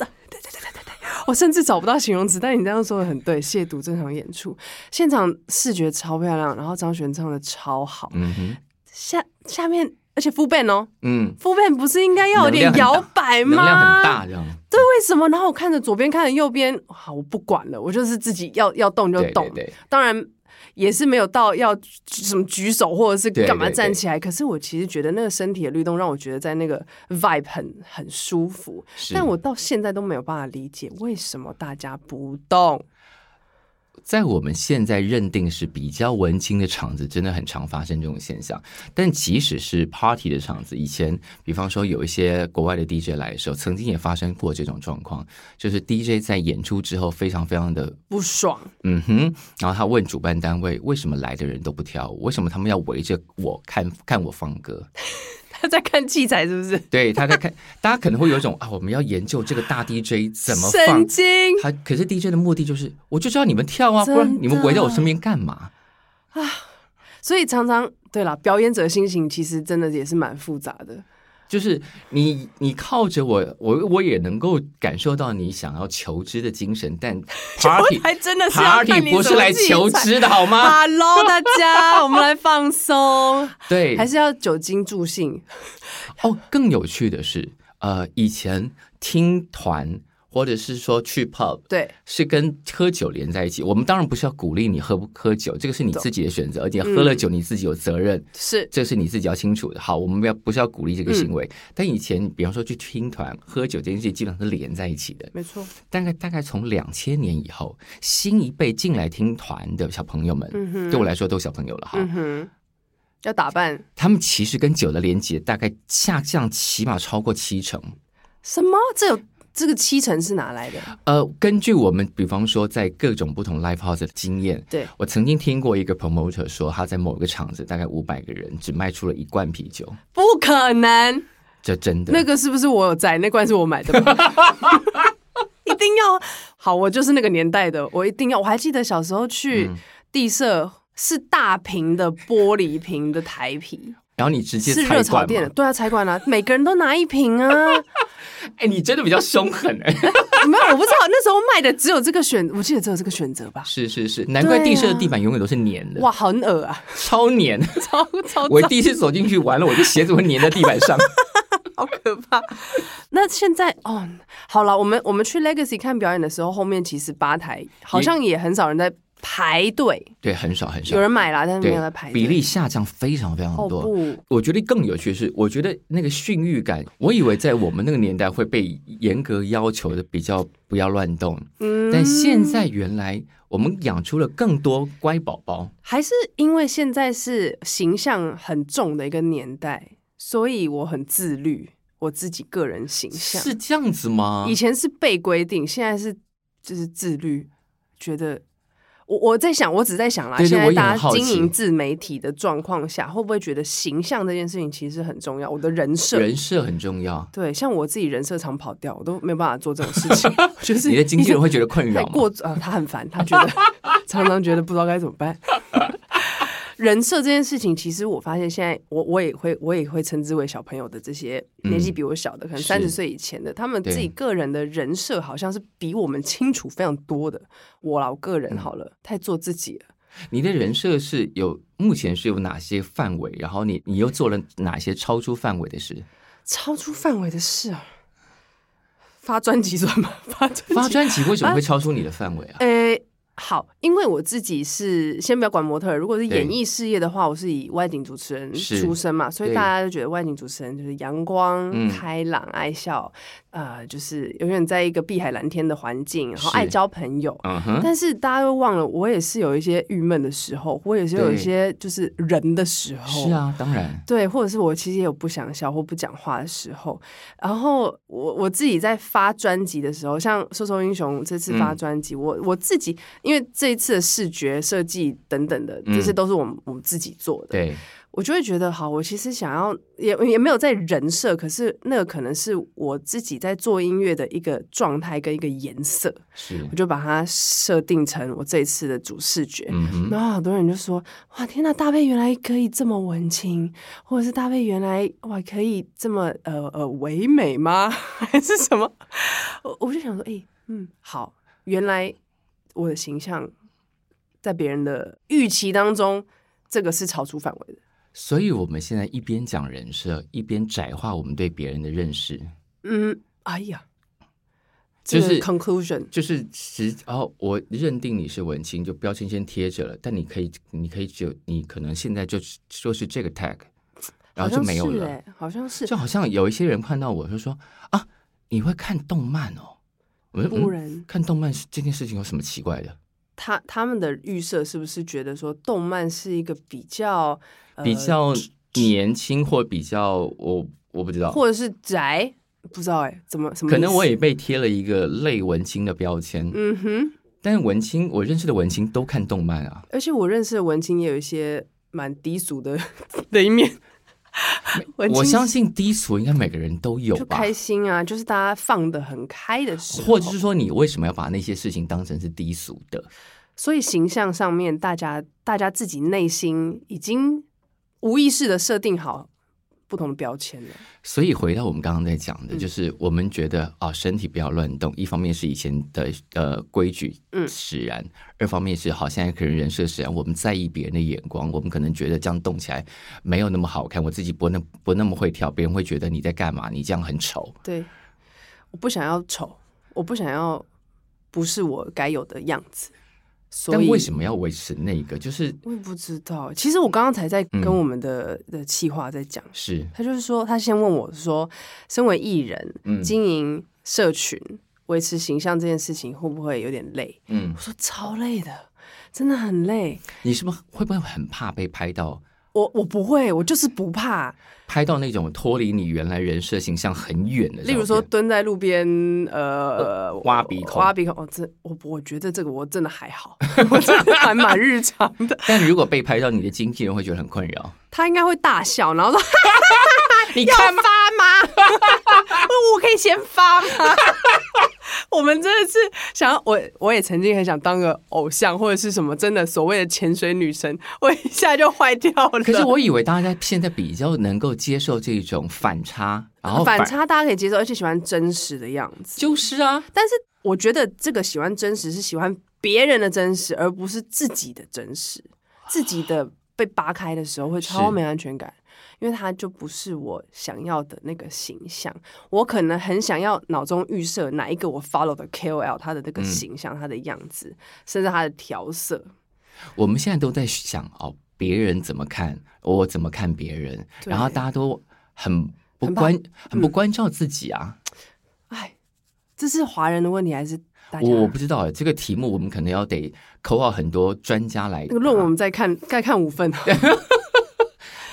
Speaker 1: 我甚至找不到形容词，但你这样说的很对。亵渎这场演出，现场视觉超漂亮，然后张悬唱的超好。
Speaker 2: 嗯哼，
Speaker 1: 下下面，而且副变哦，
Speaker 2: 嗯，
Speaker 1: 副变不是应该要有点
Speaker 2: 能量很大
Speaker 1: 摇摆吗？
Speaker 2: 能量很大，这样。
Speaker 1: 对，为什么？然后我看着左边，看着右边，好，我不管了，我就是自己要要动就
Speaker 2: 对
Speaker 1: 动。
Speaker 2: 对对，
Speaker 1: 当然也是没有到要举什么举手或者是
Speaker 2: 对
Speaker 1: 干嘛
Speaker 2: 对对
Speaker 1: 站起来，可是我其实觉得那个身体的律动让我觉得在那个 vibe 很很舒服，
Speaker 2: 是
Speaker 1: 但我到现在都没有办法理解为什么大家不动。
Speaker 2: 在我们现在认定是比较文青的场子，真的很常发生这种现象。但即使是 party 的场子，以前比方说有一些国外的 DJ 来的时候，曾经也发生过这种状况，就是 DJ 在演出之后非常非常的
Speaker 1: 不爽，
Speaker 2: 嗯哼，然后他问主办单位为什么来的人都不跳舞，为什么他们要围着我看看我放歌？
Speaker 1: 他在看器材是不是？
Speaker 2: 对，他在看，大家可能会有一种啊，我们要研究这个大 DJ 怎么放
Speaker 1: 神。经
Speaker 2: 他可是 DJ 的目的就是，我就知道你们跳啊，不
Speaker 1: 真
Speaker 2: 然
Speaker 1: 的
Speaker 2: 你们围在我身边干嘛？
Speaker 1: 所以常常对啦，表演者心情其实真的也是蛮复杂的。
Speaker 2: 就是你，你靠着我，我我也能够感受到你想要求知的精 神，但 party
Speaker 1: 还真的是要
Speaker 2: party
Speaker 1: 看你
Speaker 2: 不
Speaker 1: 什
Speaker 2: 是
Speaker 1: 么
Speaker 2: 来
Speaker 1: 器
Speaker 2: 求
Speaker 1: 材
Speaker 2: 知的啊好 吗？
Speaker 1: Hello，大家，我们来放松，
Speaker 2: 对，
Speaker 1: 还是要酒精助兴。
Speaker 2: 哦，更有趣的是，呃，以前听团或者是说去 pub
Speaker 1: 对，
Speaker 2: 是跟喝酒连在一起。我们当然不是要鼓励你喝不喝酒，这个是你自己的选择，而
Speaker 1: 嗯
Speaker 2: 且喝了酒你自己有责任，
Speaker 1: 是
Speaker 2: 这是你自己要清楚的。好，我们不要不是要鼓励这
Speaker 1: 嗯
Speaker 2: 个行为，但以前比方说去听团喝酒这件事情基本上是连在一起的。
Speaker 1: 没错。
Speaker 2: 大概大概从两千年以后，新一辈进来听团的小朋友们，
Speaker 1: 嗯哼
Speaker 2: 对我来说都小朋友了哈。
Speaker 1: 嗯哼，要打扮
Speaker 2: 他们其实跟酒的连接大概下降起码超过七成。
Speaker 1: 什么？这有这个七成是哪来的？
Speaker 2: 呃，根据我们比方说在各种不同 live house 的经验，
Speaker 1: 对
Speaker 2: 我曾经听过一个 promoter 说，他在某个场子大概五百个人只卖出了一罐啤酒，
Speaker 1: 不可能，
Speaker 2: 这真的。
Speaker 1: 那个是不是我有在？那罐是我买的 吗？一定要好，我就是那个年代的，我一定要。我还记得小时候去地社。是大瓶的玻璃瓶的台啤，
Speaker 2: 然后你直接
Speaker 1: 是
Speaker 2: 拆
Speaker 1: 热炒
Speaker 2: 罐
Speaker 1: 店的，
Speaker 2: 嘛？
Speaker 1: 对啊，菜馆啊，每个人都拿一瓶 啊。
Speaker 2: 哎，你真的比较凶狠哎、
Speaker 1: 没有，我不知道那时候卖的只有这个选，我记得只有这个选择吧。
Speaker 2: 是是是，难怪
Speaker 1: 对啊
Speaker 2: 地设的地板永远都是粘的，
Speaker 1: 哇，好恶啊，
Speaker 2: 超粘。
Speaker 1: 超超
Speaker 2: 我第一次走进去，完了我的鞋子会粘在地板 上。
Speaker 1: 好可怕。那现在哦，好了，我们我们去 Legacy 看表演的时候，后面其实吧台好像也很少人在排队，
Speaker 2: 对，很少很少
Speaker 1: 有。人买啦，但是
Speaker 2: 对
Speaker 1: 没有在排，队
Speaker 2: 比例下降非常非常
Speaker 1: 哦
Speaker 2: 多。
Speaker 1: 不，
Speaker 2: 我觉得更有趣的是，我觉得那个驯育感，我以为在我们那个年代会被严格要求的比较不要乱动，
Speaker 1: 嗯
Speaker 2: 但现在原来我们养出了更多乖宝宝。
Speaker 1: 还是因为现在是形象很重的一个年代，所以我很自律，我自己个人形象。
Speaker 2: 是这样子吗
Speaker 1: 以？前是被规定，现在是就是自律，觉得我我在想，我只在想啦，
Speaker 2: 对对
Speaker 1: 现
Speaker 2: 我
Speaker 1: 在
Speaker 2: 也
Speaker 1: 大
Speaker 2: 很
Speaker 1: 家
Speaker 2: 好奇
Speaker 1: 经营自媒体的状况下，会不会觉得形象这件事情其实很重要？我的人设。
Speaker 2: 人设很重要。
Speaker 1: 对，像我自己人设常跑掉，我都没有办法做这种事 情，就是
Speaker 2: 你的经纪人会觉得困
Speaker 1: 太
Speaker 2: 扰吗？
Speaker 1: 过呃，他很烦，他觉得常常觉得不知道该怎么办。人设这件事情，其实我发现现在我我也会我也会称之为小朋友的这些年纪比我小的，可能
Speaker 2: 嗯是
Speaker 1: 三十岁以前的，他们
Speaker 2: 对
Speaker 1: 自己个人的人设好像是比我们清楚非常多的。我啦，我个
Speaker 2: 嗯
Speaker 1: 人好了，太做自己了。
Speaker 2: 你的人设是有目前是有哪些范围？然后你你又做了哪些超出范围的事？
Speaker 1: 超出范围的事啊！发专辑算吗？发专辑
Speaker 2: 发专辑为什么会超出你的范围啊？
Speaker 1: 诶、好，因为我自己是先不要管模特儿，如果是演艺事业的话，我是以外景主持人
Speaker 2: 是
Speaker 1: 出身嘛，所以
Speaker 2: 对
Speaker 1: 大家就觉得外景主持人就是阳光、
Speaker 2: 嗯
Speaker 1: 开朗、爱笑，呃，就是永远在一个碧海蓝天的环境，然后
Speaker 2: 是
Speaker 1: 爱交朋友。
Speaker 2: 嗯哼，
Speaker 1: 但是大家都忘了，我也是有一些郁闷的时候，我也是有一些就是人的时候。
Speaker 2: 是，啊，当然，
Speaker 1: 对，或者是我其实也有不想笑或不讲话的时候。然后我我自己在发专辑的时候，像《兽兽英雄》这次发
Speaker 2: 嗯
Speaker 1: 专辑，我我自己因为这一次的视觉设计等等的，这些
Speaker 2: 嗯
Speaker 1: 都是我们我们自己做的，
Speaker 2: 对，
Speaker 1: 我就会觉得好，我其实想要也也没有在人设，可是那个可能是我自己在做音乐的一个状态跟一个颜色，
Speaker 2: 是
Speaker 1: 我，就把它设定成我这一次的主视觉。
Speaker 2: 嗯哼，
Speaker 1: 然后好多人就说：“哇，天呐，大贝原来可以这么文青，或者是大贝原来哇可以这么呃呃唯美吗？ 还是什么？”我我就想说，哎、嗯，好，原来我的形象在别人的预期当中，这个是超出范围的。
Speaker 2: 所以我们现在一边讲人设，一边窄化我们对别人的认识，
Speaker 1: 嗯，哎呀，这
Speaker 2: 就
Speaker 1: 个
Speaker 2: 是
Speaker 1: conclusion
Speaker 2: 就是实哦，我认定你是文青，就标签先贴着了，但你可以，你可以只有你可能现在就是就是这个 tag，然后就没有
Speaker 1: 好像是
Speaker 2: 了。
Speaker 1: 哎、好像是
Speaker 2: 就好像有一些人看到我就说啊，你会看动漫哦？我说
Speaker 1: 不
Speaker 2: 嗯、
Speaker 1: 然
Speaker 2: 看动漫是这件事情有什么奇怪的？
Speaker 1: 他他们的预设是不是觉得说动漫是一个比较、呃、
Speaker 2: 比较年轻或比较我我不知道，
Speaker 1: 或者是宅，不知道哎、怎么什么意思？
Speaker 2: 哦可能我也被贴了一个类文青的标签，
Speaker 1: 嗯哼，
Speaker 2: 但是文青我认识的文青都看动漫啊，
Speaker 1: 而且我认识的文青也有一些蛮低俗的 的一面。 文青
Speaker 2: 我相信低俗应该每个人都有
Speaker 1: 就
Speaker 2: 吧。
Speaker 1: 开心啊，就是大家放的很开的时候，
Speaker 2: 或者是说，你为什么要把那些事情当成是低俗的？
Speaker 1: 所以形象上面，大家大家自己内心已经无意识的设定好不同的标签了。
Speaker 2: 所以回到我们刚刚在讲的，
Speaker 1: 嗯
Speaker 2: 就是我们觉得啊、身体不要乱动，一方面是以前的呃规矩
Speaker 1: 嗯
Speaker 2: 使然，二方面是好现在可能人设使然，我们在意别人的眼光，我们可能觉得这样动起来没有那么好看，我自己不那不那么会跳，别人会觉得你在干嘛，你这样很丑。
Speaker 1: 对，我不想要丑，我不想要不是我该有的样子。所
Speaker 2: 但
Speaker 1: 以
Speaker 2: 为什么要维持那个？就是
Speaker 1: 我也不知道。其实我刚刚才在跟
Speaker 2: 嗯
Speaker 1: 我们的、的企划在讲，
Speaker 2: 是
Speaker 1: 他就是说，他先问我说，身为艺人，
Speaker 2: 嗯
Speaker 1: 经营社群、维持形象这件事情会不会有点累？
Speaker 2: 嗯
Speaker 1: 我，说超累的，真的很累。
Speaker 2: 你是不是会不会很怕被拍到？
Speaker 1: 我我不会，我就是不怕。
Speaker 2: 拍到那种脱离你原来人设形象很远的照
Speaker 1: 例
Speaker 2: 片，
Speaker 1: 如说，蹲在路边，呃，
Speaker 2: 挖鼻孔
Speaker 1: 挖鼻孔。哦，这我我觉得这个我真的还好， 我真的还蛮日常的。
Speaker 2: 但如果被拍到，你的经纪人会觉得很困扰。
Speaker 1: 他应该会大笑，然后说
Speaker 2: 你
Speaker 1: 要
Speaker 2: 看
Speaker 1: 发吗？ 呃我可以先发吗？ 我们真的是想要，我我也曾经很想当个偶像或者是什么，真的所谓的潜水女神，我一下就坏掉了。
Speaker 2: 可是我以为大家现在比较能够接受这种反差，然后
Speaker 1: 呃反差大家可以接受，而且喜欢真实的样子。
Speaker 2: 就是啊，
Speaker 1: 但是我觉得这个喜欢真实是喜欢别人的真实，而不是自己的真实。自己的被扒开的时候会超
Speaker 2: 是
Speaker 1: 没安全感，因为它就不是我想要的那个形象。我可能很想要脑中预设哪一个我 follow 的 KOL 他的那个
Speaker 2: 嗯
Speaker 1: 形象、他的样子，甚至他的调色。
Speaker 2: 我们现在都在想哦，别人怎么看，我怎么看别人，
Speaker 1: 对
Speaker 2: 然后大家都很不
Speaker 1: 很怕嗯
Speaker 2: 关很不关照自己啊。
Speaker 1: 哎，这是华人的问题还是大家？
Speaker 2: 我我不知道这个题目，我们可能要得口号很多专家来
Speaker 1: 那个论文我们再看，再看五 份。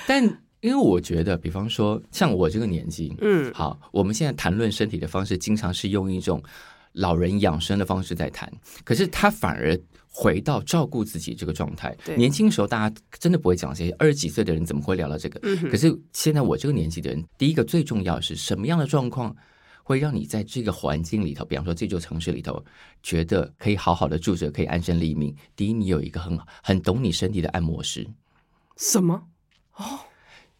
Speaker 2: 但因为我觉得，比方说像我这个年纪，
Speaker 1: 嗯，
Speaker 2: 好，我们现在谈论身体的方式，经常是用一种老人养生的方式在谈，可是他反而回到照顾自己这个状态
Speaker 1: 对。
Speaker 2: 年轻的时候，大家真的不会讲这些，二十几岁的人怎么会聊到这
Speaker 1: 嗯
Speaker 2: 个？可是现在我这个年纪的人，第一个最重要的是什么样的状况？会让你在这个环境里头，比方说这座城市里头，觉得可以好好的住着，可以安身立命。第一，你有一个很很懂你身体的按摩师，
Speaker 1: 什么？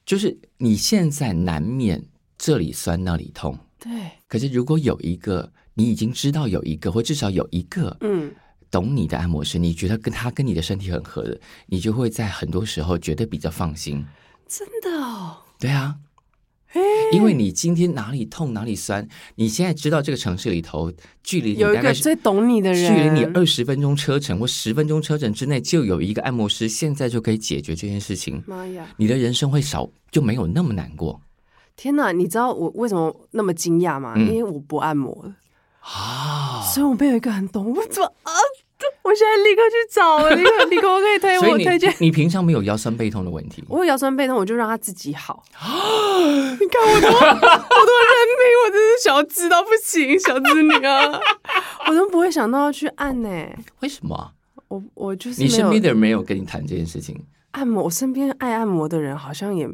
Speaker 2: 就是你现在难免这里酸那里痛，
Speaker 1: 对，
Speaker 2: 可是如果有一个你已经知道有一个，或至少有一个
Speaker 1: 嗯，
Speaker 2: 懂你的按摩师，你觉得跟他跟你的身体很合的，你就会在很多时候觉得比较放心。
Speaker 1: 真的哦，
Speaker 2: 对啊，因为你今天哪里痛哪里酸，你现在知道这个城市里头距离你
Speaker 1: 有一
Speaker 2: 大
Speaker 1: 个
Speaker 2: 概是
Speaker 1: 最懂你的
Speaker 2: 距离
Speaker 1: 人，
Speaker 2: 你二十分钟车程或十分钟车程之内就有一个按摩师，现在就可以解决这件事情，
Speaker 1: 妈呀！
Speaker 2: 你的人生会少就没有那么难过
Speaker 1: 天哪，你知道我为什么那么惊讶吗？
Speaker 2: 嗯
Speaker 1: 因为我不按摩了，
Speaker 2: 啊。
Speaker 1: 所以我没有一个很懂。我怎么啊？ 我现在立刻去找，立刻立刻我可以推
Speaker 2: 所以
Speaker 1: 哎我
Speaker 2: 你
Speaker 1: 推荐。
Speaker 2: 你平常没有腰酸背痛的问题，
Speaker 1: 我有腰酸背痛，我就让它自己 好。你看我多我多认命，我真是小资到不行，小资女 啊！我都不会想到要去按呢、
Speaker 2: 为什么啊？
Speaker 1: 我我就是
Speaker 2: 你身
Speaker 1: 没有嗯
Speaker 2: 边的人没有跟你谈这件事情？
Speaker 1: 按摩，我身边爱按摩的人好像也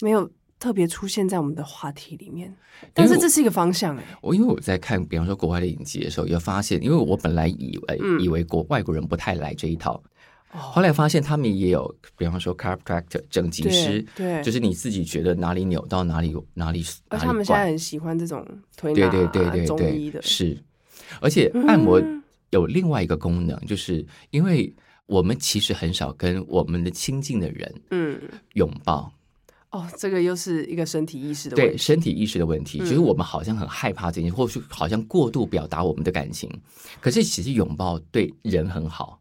Speaker 1: 没有特别出现在我们的话题里面，但是这是一个方向哎、
Speaker 2: 我因为我在看，比方说国外的影集的时候，有发现，因为我本来以为、
Speaker 1: 嗯
Speaker 2: 以为国外国人不太来这一套，
Speaker 1: 哦
Speaker 2: 后来发现他们也有，比方说 chiropractor 整脊师，
Speaker 1: 对对
Speaker 2: 就是你自己觉得哪里扭到哪里有哪里哪
Speaker 1: 而
Speaker 2: 里
Speaker 1: 且他们现在很喜欢这种推拿、
Speaker 2: 怪
Speaker 1: 啊、
Speaker 2: 对对对
Speaker 1: 中医
Speaker 2: 对
Speaker 1: 的
Speaker 2: 对，是，而且按摩
Speaker 1: 嗯
Speaker 2: 有另外一个功能，就是因为我们其实很少跟我们的亲近的人
Speaker 1: 嗯，
Speaker 2: 拥抱，
Speaker 1: 哦，这个又是一个身体意识的问
Speaker 2: 对
Speaker 1: 题，
Speaker 2: 身体意识的问
Speaker 1: 嗯
Speaker 2: 题，就是我们好像很害怕这件事，或是好像过度表达我们的感情。可是其实拥抱对人很好，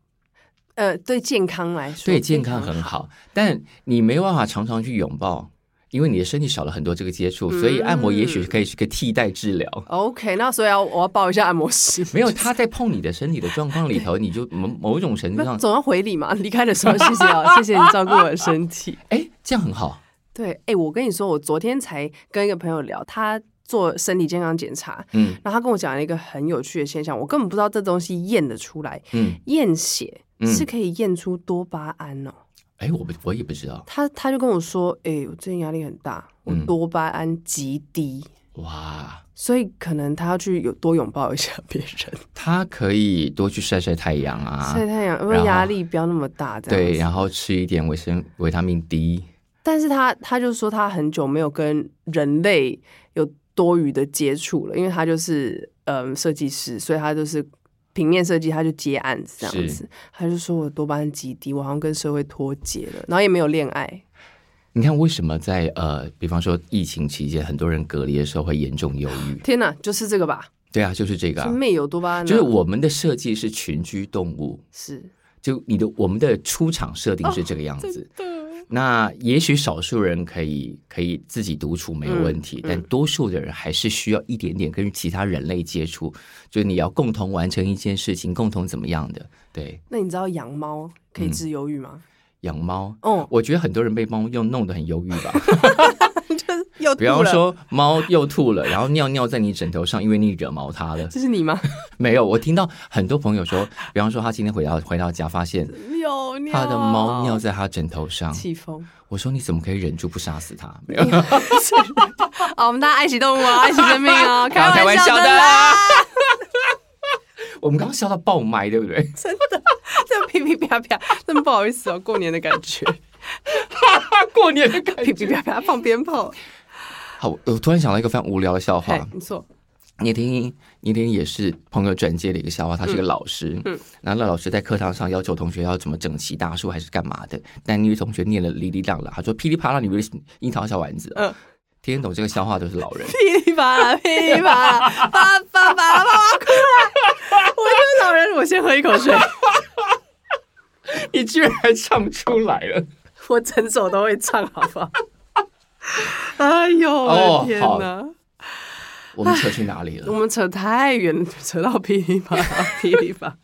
Speaker 1: 呃，对健康来说，
Speaker 2: 对健康很好，但你没有办法常常去拥抱，因为你的身体少了很多这个接
Speaker 1: 嗯
Speaker 2: 触，所以按摩也许可以是个替代治疗。
Speaker 1: OK，那所以要我要报一下按摩师，
Speaker 2: 没有他在碰你的身体的状况里头，你就某某种程度
Speaker 1: 那
Speaker 2: 上，
Speaker 1: 总要回礼嘛。 离开的时候，谢谢啊，谢谢你照顾我的身体。
Speaker 2: 哎，这样很好。
Speaker 1: 对，哎、我跟你说，我昨天才跟一个朋友聊，他做身体健康检查，
Speaker 2: 嗯
Speaker 1: 然后他跟我讲了一个很有趣的现象，我根本不知道这东西验得出来，
Speaker 2: 嗯，
Speaker 1: 验血
Speaker 2: 嗯
Speaker 1: 是可以验出多巴胺哦。
Speaker 2: 哎，我不我也不知道，
Speaker 1: 他他就跟我说，哎、我最近压力很大，我
Speaker 2: 嗯
Speaker 1: 多巴胺极低，
Speaker 2: 哇，
Speaker 1: 所以可能他要去有多拥抱一下别人，
Speaker 2: 他可以多去晒晒太阳啊
Speaker 1: 晒，太阳，因
Speaker 2: 然
Speaker 1: 为
Speaker 2: 后
Speaker 1: 呃压力不要那么大，这样
Speaker 2: 对，
Speaker 1: 子
Speaker 2: 然后吃一点维生维他命 D。
Speaker 1: 但是他他就说他很久没有跟人类有多余的接触了，因为他就是嗯设计师，所以他就是平面设计，他就接案子这样子
Speaker 2: 是。
Speaker 1: 他就说我多巴胺极低，我好像跟社会脱节了，然后也没有恋爱。
Speaker 2: 你看，为什么在呃，比方说疫情期间，很多人隔离的时候会严重忧郁？
Speaker 1: 天哪，就是这个吧？
Speaker 2: 对啊，就是这个、
Speaker 1: 是
Speaker 2: 啊，
Speaker 1: 妹有多巴胺啊、
Speaker 2: 就是我们的设计是群居动物，
Speaker 1: 是
Speaker 2: 就你的我们的出厂设定哦是这个样子。
Speaker 1: 的
Speaker 2: 那也许少数人可以可以自己独处没有问题，但多数的人还是需要一点点跟其他人类接触，就是你要共同完成一件事情，共同怎么样的？对，
Speaker 1: 那你知道养猫可以治忧郁吗？
Speaker 2: 养猫，
Speaker 1: 哦，
Speaker 2: 我觉得很多人被猫又弄得很忧郁吧。
Speaker 1: 就是又吐
Speaker 2: 比方
Speaker 1: 了，
Speaker 2: 说，猫又吐了，然后尿尿在你枕头上，因为你惹毛它了。
Speaker 1: 这是你吗？
Speaker 2: 没有，我听到很多朋友说，比方说他今天回到回到家，发 现
Speaker 1: 有啊尿，
Speaker 2: 他的猫尿在他枕头上。
Speaker 1: 气疯。
Speaker 2: 我说你怎么可以忍住不杀死它？没有，
Speaker 1: 好，我们大家爱惜动物 啊，爱惜生命啊，
Speaker 2: 刚刚
Speaker 1: 开
Speaker 2: 开玩笑
Speaker 1: 的
Speaker 2: 的
Speaker 1: 啦
Speaker 2: 啦。 我们刚刚笑到爆麦，对不 对？
Speaker 1: 这噼噼啪啪，真不好意思哦，过年的感 觉，
Speaker 2: 过年的感
Speaker 1: 噼噼啪啪放鞭炮。
Speaker 2: 好，我我突然想到一个非常无聊的笑
Speaker 1: 哎
Speaker 2: 话，，
Speaker 1: 你说，
Speaker 2: 你听，你听也是朋友转接的一个笑话，他是个老师，嗯，然后那老师在课堂上要求同学要怎么整齐大数还是干嘛的，但那位同学念了哩哩浪啦，他说噼里啪啦，你们是樱桃小丸子，
Speaker 1: 嗯，
Speaker 2: 嗯，听得懂这个笑话都是老人
Speaker 1: 噼里啪 啦，噼里啪啦，啪啪啪啪啪，哭了！我是老人，我先喝一口水，
Speaker 2: 你居然还唱出来了，
Speaker 1: 我整首都会唱，好不好？ 哎呦，
Speaker 2: 哦
Speaker 1: 我的天哪！
Speaker 2: 我们扯去哪里
Speaker 1: 我
Speaker 2: 了？
Speaker 1: 们扯太远， 扯到噼里啪啦， 噼里啪啦。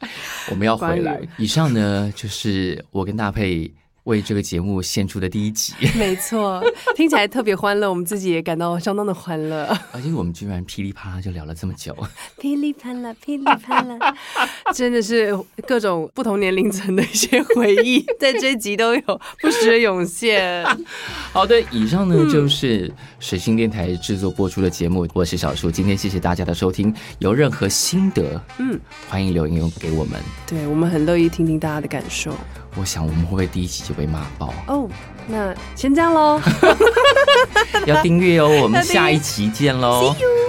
Speaker 2: 我们要回
Speaker 1: 关
Speaker 2: 来
Speaker 1: 于。
Speaker 2: 以上呢，就是我跟大佩为这个节目献出的第一 集，
Speaker 1: 没错，听起来特别欢乐，我们自己也感到相当的欢乐。
Speaker 2: 而且我们居然噼里啪啦就聊了这么 久，
Speaker 1: 噼里啪啦，噼里啪啦， 真的是各种不同年龄层的一些回 忆，在这一集都有不时的涌 现。
Speaker 2: 好的，以上呢就是水星电台制作播出的节目，我是小树。今天谢谢大家的收听，有任何心得，
Speaker 1: 嗯，
Speaker 2: 欢迎留言给我们。
Speaker 1: 对我们很乐意听听大家的感受。
Speaker 2: 我想我们会不会第一集就被骂 爆？
Speaker 1: 哦，那先这样喽。
Speaker 2: 要订阅哦，我
Speaker 1: 要
Speaker 2: 们
Speaker 1: 订阅
Speaker 2: 下一期见喽。
Speaker 1: See you